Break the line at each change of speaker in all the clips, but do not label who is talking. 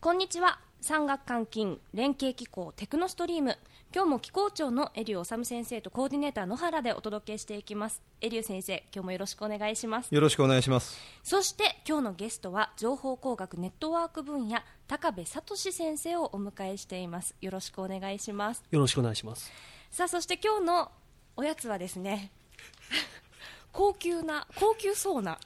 こんにちは産学官金連携機構テクノストリーム今日も機構長のエリュー治先生とコーディネーター野原でお届けしていきますエリュー先生今日もよろしくお願いします
よろしくお願いします
そして今日のゲストは情報工学ネットワーク分野高部聡先生をお迎えしていますよろしくお願いします
よろしくお願いします
さあそして今日のおやつはですね高級な高級そうな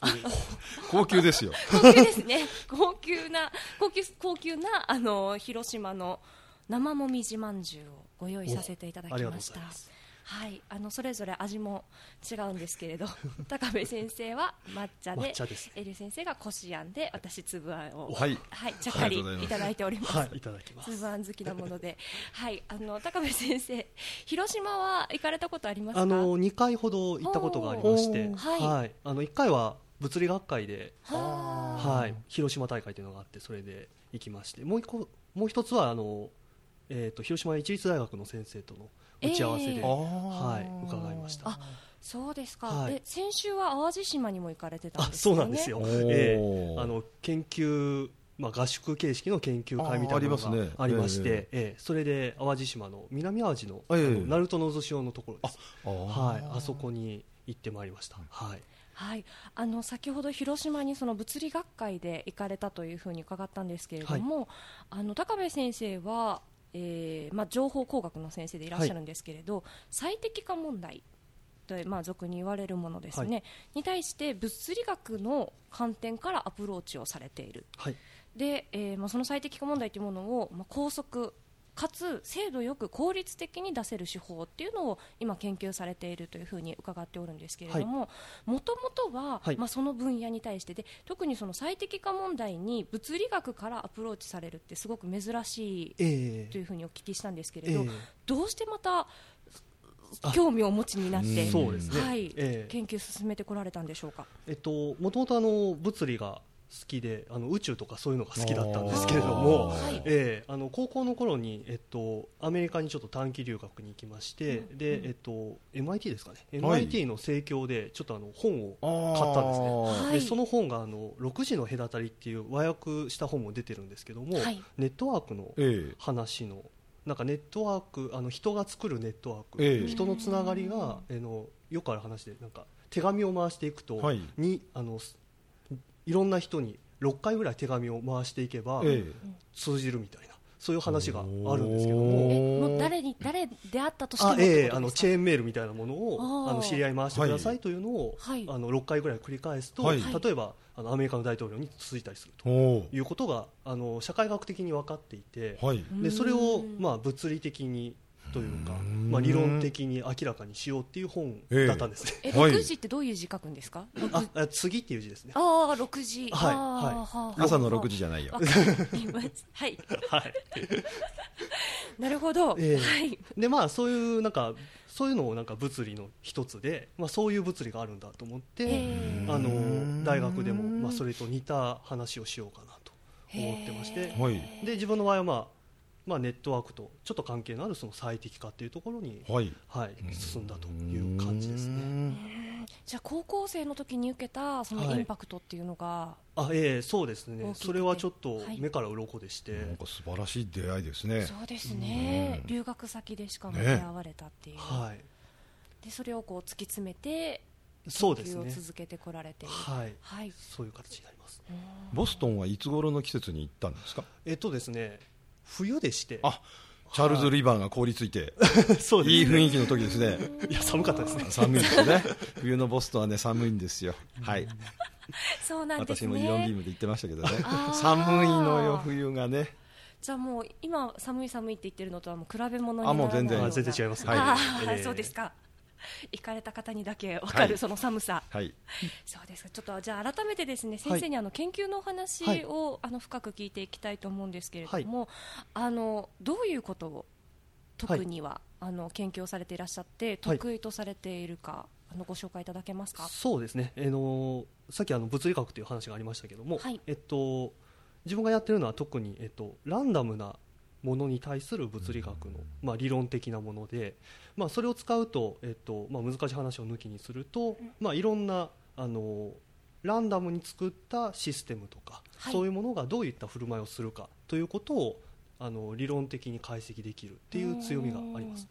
高級ですよ
高級ですね高級な高級高級なあの広島の生もみじまんじゅうをご用意させていただき
おありがと
ま
うご
し
ざ
た
います
はいあのそれぞれ味も違うんですけれ ど高部先生は抹茶で
抹茶です
エリュ先生がこしあんで私つぶあんを
はい
ちゃっかり
ありがとうございます
いただいております
はいいただきます
つぶあん好きなものではいあの高部先生広島は行かれたことありますか
あの2回ほど行ったことがありまして
おー
はい
はいあの1回は物理学会で
はあ
はい広島大会というのがあってそれで行きましてもう一個もう一つはあのえーと広島市立大学の先生との打ち合わせ
え
で
ー
はい伺いました
あそうですか、
はい
で先週は淡路島にも行かれてたん
あ
です
そ
よ
う
ね
なんですよ、
おー
ええあの研究、まあ、合宿形式の研究会みた
ああ
いなの
りますね
がありまして、
え
ええそれで淡路島の南淡路の,、
ええ
あの鳴門の渦潮のところです
あ
あ,、
ー
はい、あそこに行ってまいりました、はい、
はい、あの先ほど広島にその物理学会で行かれたというふうに伺ったんですけれども、あの高部先生は、えーまあ、情報工学の先生でいらっしゃるんですけれど、最適化問題と、まあ、俗に言われるものですね、
は
に対して物理学の観点からアプローチをされている
はい
で、えーまあ、その最適化問題というものを、まあ、高速かつ精度よく効率的に出せる手法っていうのを今研究されているというふうに伺っておるんですけれどももともとは、
はい
まあ、その分野に対してで特にその最適化問題に物理学からアプローチされるってすごく珍しい
え
とい
え
うふうにお聞きしたんですけれど、
ええ
どうしてまた
あ
興味をお持ちになって、
うん
そうですね、
はい
ええ
研究進めてこられたんでしょうか。
えっと、もともとあの物理が好きであの宇宙とかそういうのが好きだったんですけれども
あー
はい
ええあの高校の頃に、えっと、アメリカにちょっと短期留学に行きまして、
うんう
で
ん
えっと、MIT ですかね、
はい
MIT の盛況でちょっとあの本を、
買
ったんですね
はい
でその本があの「6時の隔たり」っていう和訳した本も出てるんですけども、
はい
ネットワークの
ええ
話のなんかネットワークあの人が作るネットワーク、
ええ
人のつながりが、あのよくある話でなんか手紙を回していくと、
はい
にあのすいろんな人に6回ぐらい手紙を回していけば、
え
通じるみたいなそういう話があるんですけど
お
も。
えもう誰に誰であったとしても
あ
ってこと
え
で
え
すか
あのチェーンメールみたいなもの
あ
を
ー
あの知り合いに回してくださ
はい
いというのを、
はい
あの6回ぐらい繰り返すと、
はい
例えばあのアメリカの大統領に続いたりすると
えおー
いうことがあの社会学的に分かっていて、
はい
でそれを、
うん
まあ、物理的にというか、
ん
まあ、理論的に明らかにしようっていう本
ええ
だったんですね。
え、
はい
6時ってどういう字書くんですか
ああ次っていう字ですね。
ああ、6時。
はい
あーはあ
朝の6時じゃないよ
わかります。 はい。
はい、
なるほど。
ええ
はい。
でまあそういうなんかそういうのをなんか物理の一つで、まあ、そういう物理があるんだと思って、
ええ
あの大学でも、まあ、それと似た話をしようかなと思ってまして、
はい
で自分の場合は、まあまあ、ネットワークとちょっと関係のあるその最適化っていうところに、
はい
はい、進んだという感じですね。
ね
じゃあ、高校生の時に受けた、その
はい
インパクトっていうのが、
あええそうです
大
ね、
きくて
それはちょっと
はい
目から鱗でして、
なんか素晴らしい出会いですね
そうですね
う。ん
留学先でしかも出
ね
会われたっていう。
はい、
で、それをこう突き詰めて、
そうです
研究
ね
を続けてこられている。
はい、
はい。
そういう形になります。
ボストンはいつ頃の季節に行ったんですか
えっとですね、冬でして、
あチャールズ・リバーが凍りついて
そうですね
いい雰囲気の時ですね
いや寒かったですね。
寒いですね冬のボストンはね寒いんですよはい
そうなんです
私
ね。
もイオンビームで行ってましたけどね
あー
寒いのよ冬がね
じゃあもう今寒い寒いって言ってるのとはもう比べ物にならない
あもう全然
よな
あ全
然違います
はい
あー
えー
そうですか行かれた方にだけ分か
は
る
い
その寒さ、
はい
そうですかちょっとじゃあ改めてですね先生にあの研究のお話を、
はい
あの深く聞いていきたいと思うんですけれども、あのどういうことを特には、あの研究をされていらっしゃって
はい
得意とされているか、あのご紹介いただけますか
そうですね、えのさっきあの物理学という話がありましたけども、
はい
えっと、自分がやってるのは特に、えっと、ランダムなものに対する物理学の、まあ、理論的なもので、まあ、それを使うと、えっとまあ、難しい話を抜きにすると、まあ、いろんなあのランダムに作ったシステムとか、
はい
そういうものがどういった振る舞いをするかということをあの理論的に解析できるっていう強みがあります。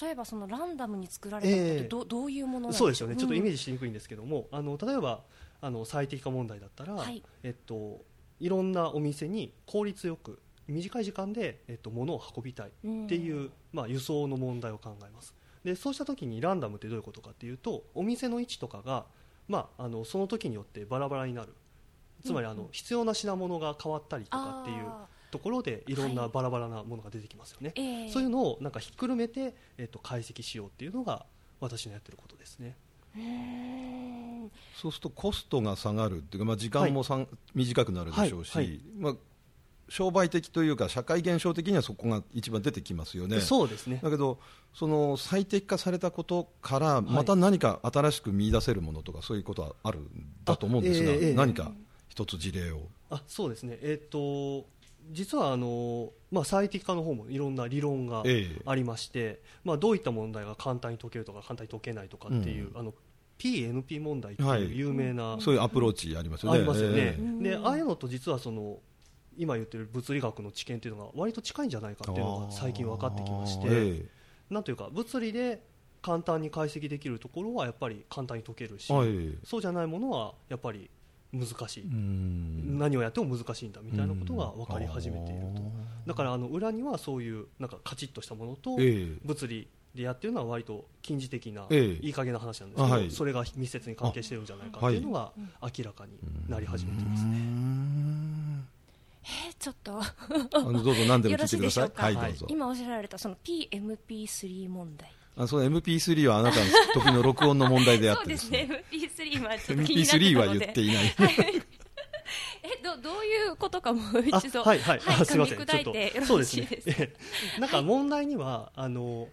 例えばそのランダムに作られたものってど,、どういうものなん
そうですよね、ちょっとイメー
ジ
ジしにくいんですけども、あの例えばあの最適化問題だったら、
はい
えっと、いろんなお店に効率よく短い時間で、えっと、物を運びたい
っ
っていう、まあ、輸送の問題を考えますでそうした時にランダムってどういうことかっていうとお店の位置とかが、まあ、あのその時によってバラバラになるつまりあの、
うんうん
必要な品物が変わったりとかっていうところでいろんなバラバラなものが出てきますよね、
ていう
そういうのをなんかひっくるめて、えっと、解析しようっていうのが私のやってることですね
そうするとコストが下がるっていうか、まあ、時間もさん、短くなるでしょうし、
はいはい
まあ、商売的というか社会現象的にはそこが一番出てきますよね。
そうですね
だけどその最適化されたことからまた何か新しく見出せるものとかそういうことはあるんだと思うんですが、
あええええ
何か一つ事例を、
あそうですねえっ、と実はあの、まあ、最適化の方もいろんな理論が
ええ
ありまして、まあ、どういった問題が簡単に解けるとか簡単に解けないとかっていう、
う
あの PNP 問題って
はいいう
有名な、
そういうアプローチありますよね。
ありますよね、
ええ
え
でああいうのと実はその今言ってる物理学の知見っていうのが割と近いんじゃないかっていうのが最近分かってきまして、
あーえ
なんというか物理で簡単に解析できるところはやっぱり簡単に解けるし、
えはい
そうじゃないものはやっぱり難しい、
うん、
何をやっても難しいんだみたいなことが分かり始めていると。だかららあの裏にはそういうなんかカチッとしたものと
ええ
物理でやってるのは割と近似的な
ええ
いい加減な話なんですけ
あは
ど
い
それが密接に関係してるんじゃないかっていうのが明らかになり始めています
うー
ね。
ん
えーちょっと
あのどうぞ何でも聞いてく
よろ
ださ
しいでしょう
い。
か
はい、どうぞ。
今おっしゃられたその PMP3 問題
あその MP3 はあなたの時の録音の問題であ
そ
っ
う
て
で
ですす
ね
ね。
MP3 は ちょっと気になってたので
MP3 は言ってい ない。
えどどういうことかもう
あ
一度
はいはい、
はい
あすいません
噛み
ちょ
砕
っと
いて
そう
よろ
で
しいです
すね なんか問題にはあの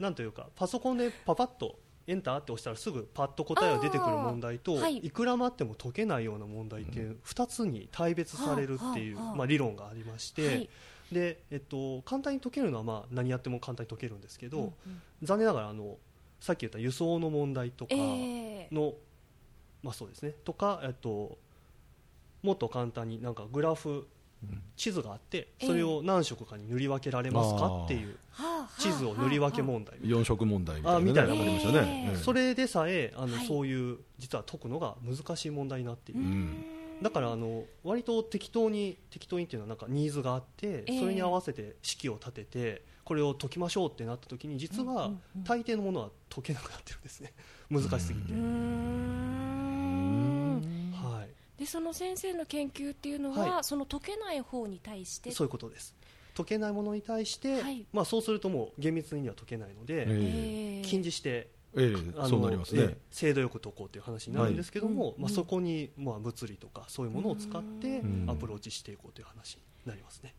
なんというかパソコンでパパッとエンターって押したらすぐパッと答えが出てくる問題
あ
と、
ーはい
い、くら待っても解けないような問題っていう2つに大別されるっていう、
はあはあ
まあ、理論がありまして、
はい
で、えっと、簡単に解けるのは、まあ、何やっても簡単に解けるんですけど、
うんうん
残念ながらあのさっき言った輸送の問題とかの、
えー
まあ、そうですねとか、えっと、もっと簡単になんかグラフ地図があって
ええ
それを何色かに塗り分けられます
あ
か
ー
っていう
はあはあ
地図を塗り分け問題
四色問題みたいな,、ね、
あみたいな
わかりましたね。
えー
ええ
それでさえあの、
はい
そういう実は解くのが難しい問題になっている
う。
ん
だからあの割と適当に適当にっていうのはなんかニーズがあって
ええ
それに合わせて式を立ててこれを解きましょうってなった時に実
うん
は
うんうん
大抵のものは解けなくなってるんですね難しすぎて
うーん
は
でその先生の研究っていうのは、
は
その解けない方に対して
いそういうことです解けないものに対して
はい
まあそうするともう厳密には解けないの
え
で
え
えー
禁止して
ええ
あの
そうなります
え
ね
え。制度よく解こうという話になるんですけど
はい
も
うん
まあ
うん
そこにまあ物理とかそういうものを使って
うん
アプローチしていこうという話になりますね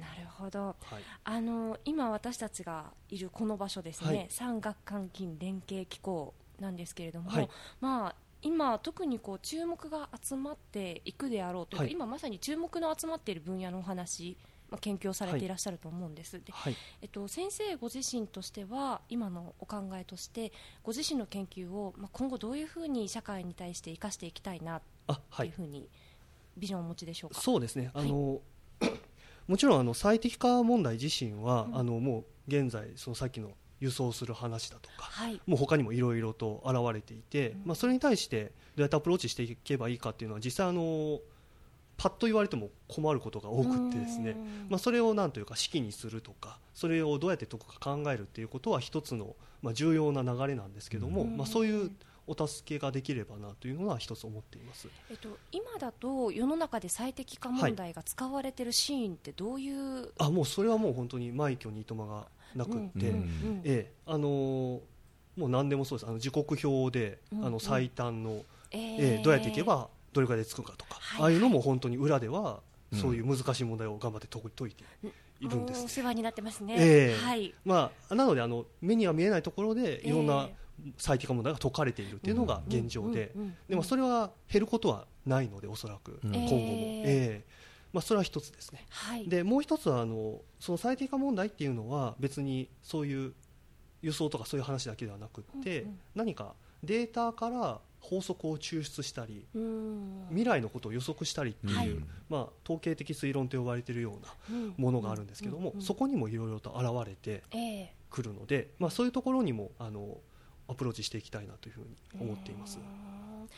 なるほど
はい
あの今私たちがいるこの場所ですね、
はい
産学官金連携機構なんですけれども、
はい
まあ今特にこう注目が集まっていくであろうというか、
はい
今まさに注目の集まっている分野のお話、まあ、研究をされていらっしゃると思うんです、で
はい
えっと、先生ご自身としては今のお考えとしてご自身の研究を、まあ、今後どういうふうに社会に対して生かしていきたいな
あ
と
はいいう
ふうに、ビジョンをお持ちでしょうか。
そうですね、あ
はい
の もちろんあの最適化問題自身は、
うん
あのもう現在、そのさっきの輸送する話だとか、
はい、
もう他にもいろいろと現れていて、
うん
まあ、それに対してどうやってアプローチしていけばいいかっていうのは、実際あの、パッと言われても困ることが多くってですね
う。ん
まあ、それをなんというか式にするとかそれをどうやって解くか考えるっていうことは一つのまあ重要な流れなんですけども、
うん
まあ、そういうお助けができればなというのは一つ思っています。
えっと、今だと世の中で最適化問題が使われてるシーンってどういう、
あもうそれはもう本当に枚挙にいとまがなくっ
うん
て、
うん
え
ええあのーもう何でもそうですあの時刻表で、
うん
あ
うん
の最短の、え
え
えどうやっていけばどれくらいでつくかとか、
はい
ああいうのも本当に裏では、
うん
そういう難しい問題を頑張って解い解いているんで
もうお
す、
世話になってますね、
ええ
はい、
まあ、なのであの目には見えないところでいろんな
え
最適化問題が解かれているっていうのが
え
現状で、
うんうんうん
でもそれは減ることはないのでおそらく、
うん
今
ええ
後も、ええまあ、それは一つですね。
はい、
でもう一つはあのその最適化問題っていうのは別にそういう輸送とかそういう話だけではなくって、
うんうん
何かデータから法則を抽出したり
うん
未来のことを予測したりっていう、
はい
まあ、統計的推論と呼ばれているような
うん
ものがあるんですけども、
うんうん
そこにもいろいろと現れて
ええ
くるので、まあ、そういうところにもあのアプローチしていきたいなというふうに思っています
うー。ん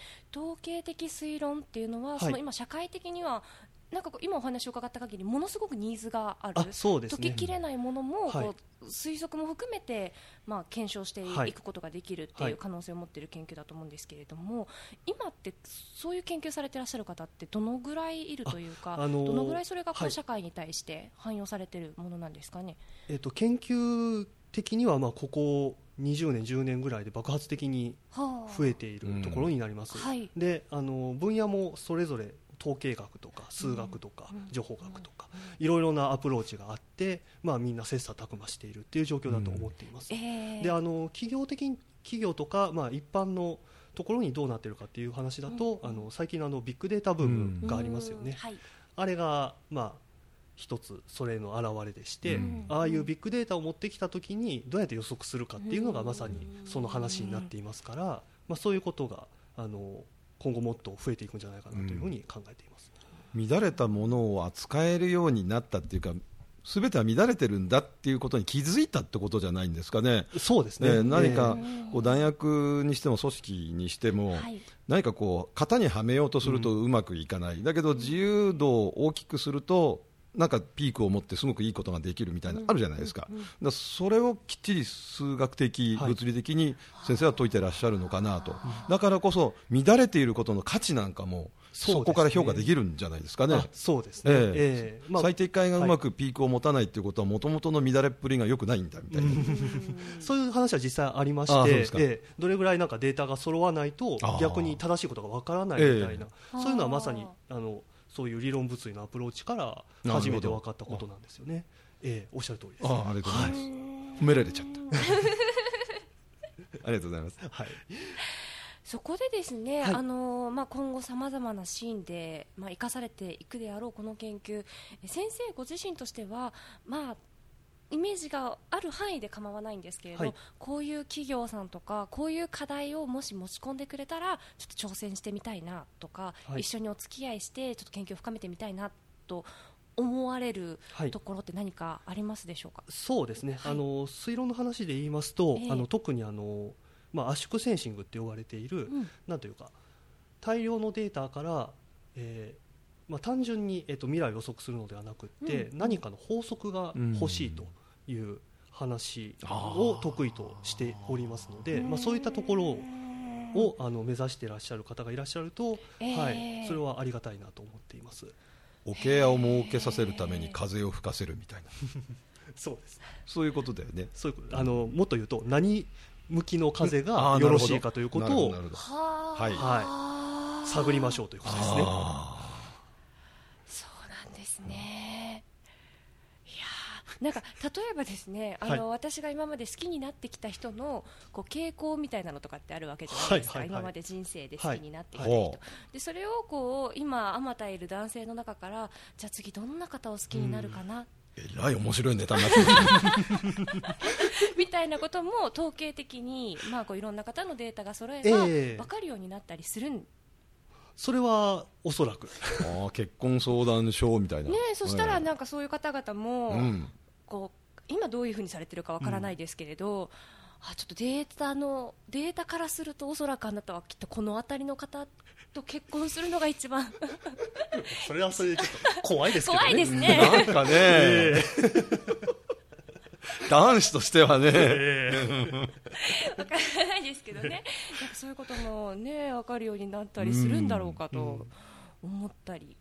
統計的推論っていうのは、
はい
その今社会的にはなんかこう今お話を伺った限りものすごくニーズがある
あそうです
解
ね
ききれないものも、
はい
こう推測も含めて、まあ、検証して
はい
いくことができるって
はいいう
可能性を持っている研究だと思うんですけれども、今ってそういう研究されていらっしゃる方ってどのぐらいいるというか、
ああのー
どのぐらいそれがこ
は
う
い
社会に対して汎用されているものなんですかね。
えっと研究的にはまあここ20年、10年ぐらいで爆発的に
はあ
増えているところになります、
うんはい
であの分野もそれぞれ統計学とか数学とか
うん
情報学とかいろいろなアプローチがあって、まあ、みんな切磋琢磨しているっていう状況だと思っています、
ええ
であの企業的に企業とか、まあ、一般のところにどうなってるかっていう話だと、
うん
あの最近のあのビッグデータブームがありますよ
うん
ね、
はい
あれが、まあ、一つそれの表れでして、
うん
ああいうビッグデータを持ってきた時にどうやって予測するかっていうのがまさにその話になっていますから、まあ、そういうことがあの今後もっと増えていくんじゃないかなというふうに考えています、
乱れたものを扱えるようになったっていうか、すべては乱れてるんだっていうことに気づいたってことじゃないんですかね、
そうです
ね
ね
何か
うん
こう弾薬にしても組織にしても、
はい
何かこう、型にはめようとするとうまくいかない、だけど自由度を大きくすると、なんかピークを持ってすごくいいことができるみたいな、あるじゃないですか、だからそれをきっちり数学的、
はい
物理的に先生は解いてらっしゃるのかなと、だからこそ、乱れていることの価値なんかも、
そうですね
そこから評価できるんじゃないですかね
あ。そうですね、
ええ
ええまあ
最適解がうまくピークを持たないっていうことは、もともとの乱れっぷりが良くないんだみたいな、
そういう話は実際ありま
あ
し
そう
て
です、か
ええどれぐらいなんかデータが揃わないと
あー
逆に正しいことがわからないみたいな
え、
え
そういうのはまさにあのそういう理論物理のアプローチから初めて分かったことなんですよね。ええおっしゃる通りです。
ああありがとうございます、褒められちゃった。ありがとうございます。
はい、
そこでですね、
はい
あのまあ、今後さまざまなシーンで、まあ、生かされていくであろうこの研究え先生ご自身としては、まあ、イメージがある範囲で構わないんですけれど、
はい
こういう企業さんとかこういう課題をもし持ち込んでくれたらちょっと挑戦してみたいなとか、
はい
一緒にお付き合いしてちょっと研究を深めてみたいなと思われる
はい
ところって何かありますでしょうか、
そうですね、
はい
あの推論の話で言いますと、
ええ
あの特にあの、まあ、圧縮センシングって呼ばれてい
う
る、
ん
なんというか大量のデータから、えーまあ、単純に、えっと未来を予測するのではなくって、
うん
何かの法則が欲しいという話を得意としておりますので、まあ、そういったところををあの目指していらっしゃる方がいらっしゃると、
ええ
はい、それはありがたいなと思っています。
おケアを儲けさせるために風を吹かせるみたいな、
そうです
そういうことだよね。
そういうことあのもっと言うと何向きの風
あ
が
ー
よろしいかということを
なるほどなるほど
はあ
はい
は
探りましょうということですね。
あ
そうなんですね。いやーなんか例えばですね、あの、私が今まで好きになってきた人のこう傾向みたいなのとかってあるわけじゃないですか、
はいはいはい
今まで人生で好きになってきた
ー
人、
ほ
でそれをこう今、あまたいる男性の中から、じゃあ次、どんな方を好きになるかな、
うえらい面白いネタになってるね
みたいなことも統計的に、まあ、こういろんな方のデータが揃えば
ええ
分かるようになったりするん
それはおそらく
あー結婚相談所みたいな
ねえそしたら
ね
なんかそういう方々も、
うん
こう今どういうふうにされてるかわからないですけれど、あちょっとデータのデータからするとおそらくあなたはきっとこの辺りの方と結婚するのが一番
それはそれでちょっと怖いですけどね
怖いですね。
なんか ね男子としてはね
わからないですけど ね。なんかそういうこともねわかるようになったりするんだろうかと思ったり。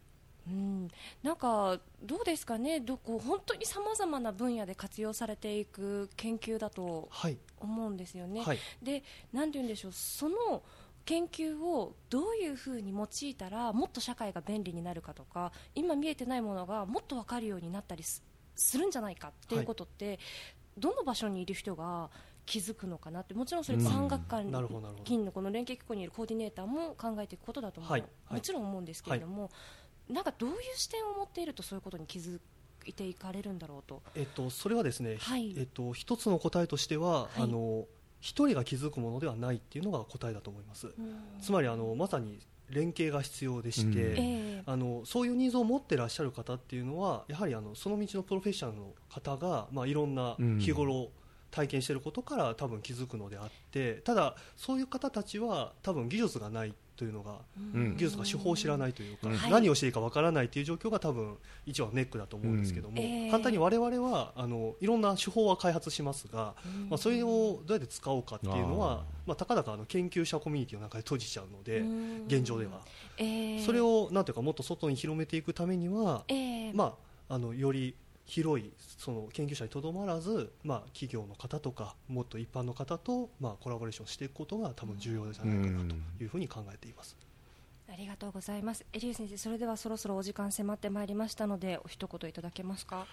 うん、なんかどうですかね、どこ本当にさまざまな分野で活用されていく研究だと
はい
思うんですよね。
はい
で、なんて言うんでしょう、その研究をどういうふうに用いたら、もっと社会が便利になるかとか、今見えてないものがもっと分かるようになったりすするんじゃないかっていうことって、どの場所にいる人が気づくのかなって、もちろんそれ、
うん
産学官
なるほどなるほど
金のこの連携機構にいるコーディネーターも考えていくことだと思う、
はいはい
もちろん思うんですけれども、なんかどういう視点を持っていると、そういうことに気づいていかれるんだろうと。
えっとそれはですね、
はい
えっと一つの答えとしては、
はい
あの一人が気づくものではないっていうのが答えだと思います。つまりあのまさに連携が必要でして、
うん
ええ
あのそういうニーズを持ってらっしゃる方っていうのはやはりあのその道のプロフェッショナルの方が、まあ、いろんな
うん
日頃体験していることから多分気づくのであってただそういう方たちは多分技術がないというのが
うん
技術とか手法を知らないという
う
か、
ん
はい
何をしていいかわからないという状況が多分一番ネックだと思うんですけど
うん
も、
ええ
簡単に我々はあのいろんな手法は開発しますが、まあ、それをどうやって使おうかっていうの
あー
はまあ、たかだかあの研究者コミュニティの中で閉じちゃうので、
うん
現状では。
ええ
それをなんていうかもっと外に広めていくためには、
ええ
まあ、あのより広いその研究者にとどまらず、まあ、企業の方とかもっと一般の方と、まあ、コラボレーションしていくことが多分重要じゃないかなというふうに考えています。
ありがとうございます。エリュー先生、それではそろそろお時間迫ってまいりましたので、お一言いただけますか。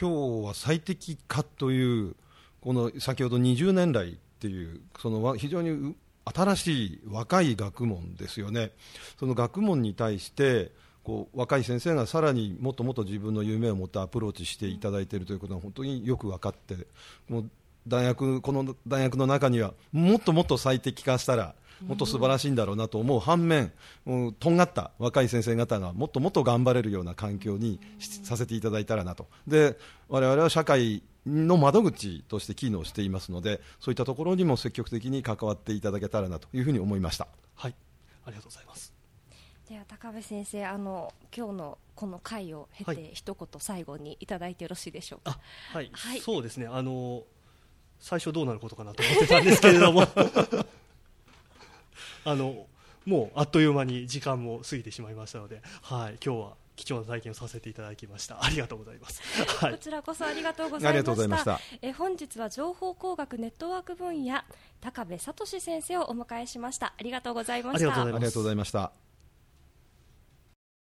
今日は最適化という、この先ほど20年来っていう、そのわ非常にう新しい若い学問ですよね、その学問に対して、こう若い先生がさらにもっともっと自分の夢を持ってアプローチしていただいているということが本当によく分かって、もう大学この大学の中には、もっともっと最適化したら、もっと素晴らしいんだろうなと思う反面、うんとんがった若い先生方がもっともっと頑張れるような環境にしさせていただいたらなと、で我々は社会の窓口として機能していますので、そういったところにも積極的に関わっていただけたらなというふうに思いました。
はい、ありがとうございます。
では高部先生、あの今日のこの回を経て、
はい
一言最後にいただいてよろしいでしょうか。
あ、はい、
はい
そうですね。あの最初どうなることかなと思ってたんですけれども、 あのもうあっという間に時間も過ぎてしまいましたので、はい、今日は貴重な体験をさせていただきました。ありがとうございます。は
こ
い、
ちらこそありがとうご
あ
ざ
り
い
がと
ま
うございま
し
したた。
え本日は情報工学ネットワーク分野高部聡先生をお迎えしました。ありがとうございました。
ありがとうございます
ありがとうございました。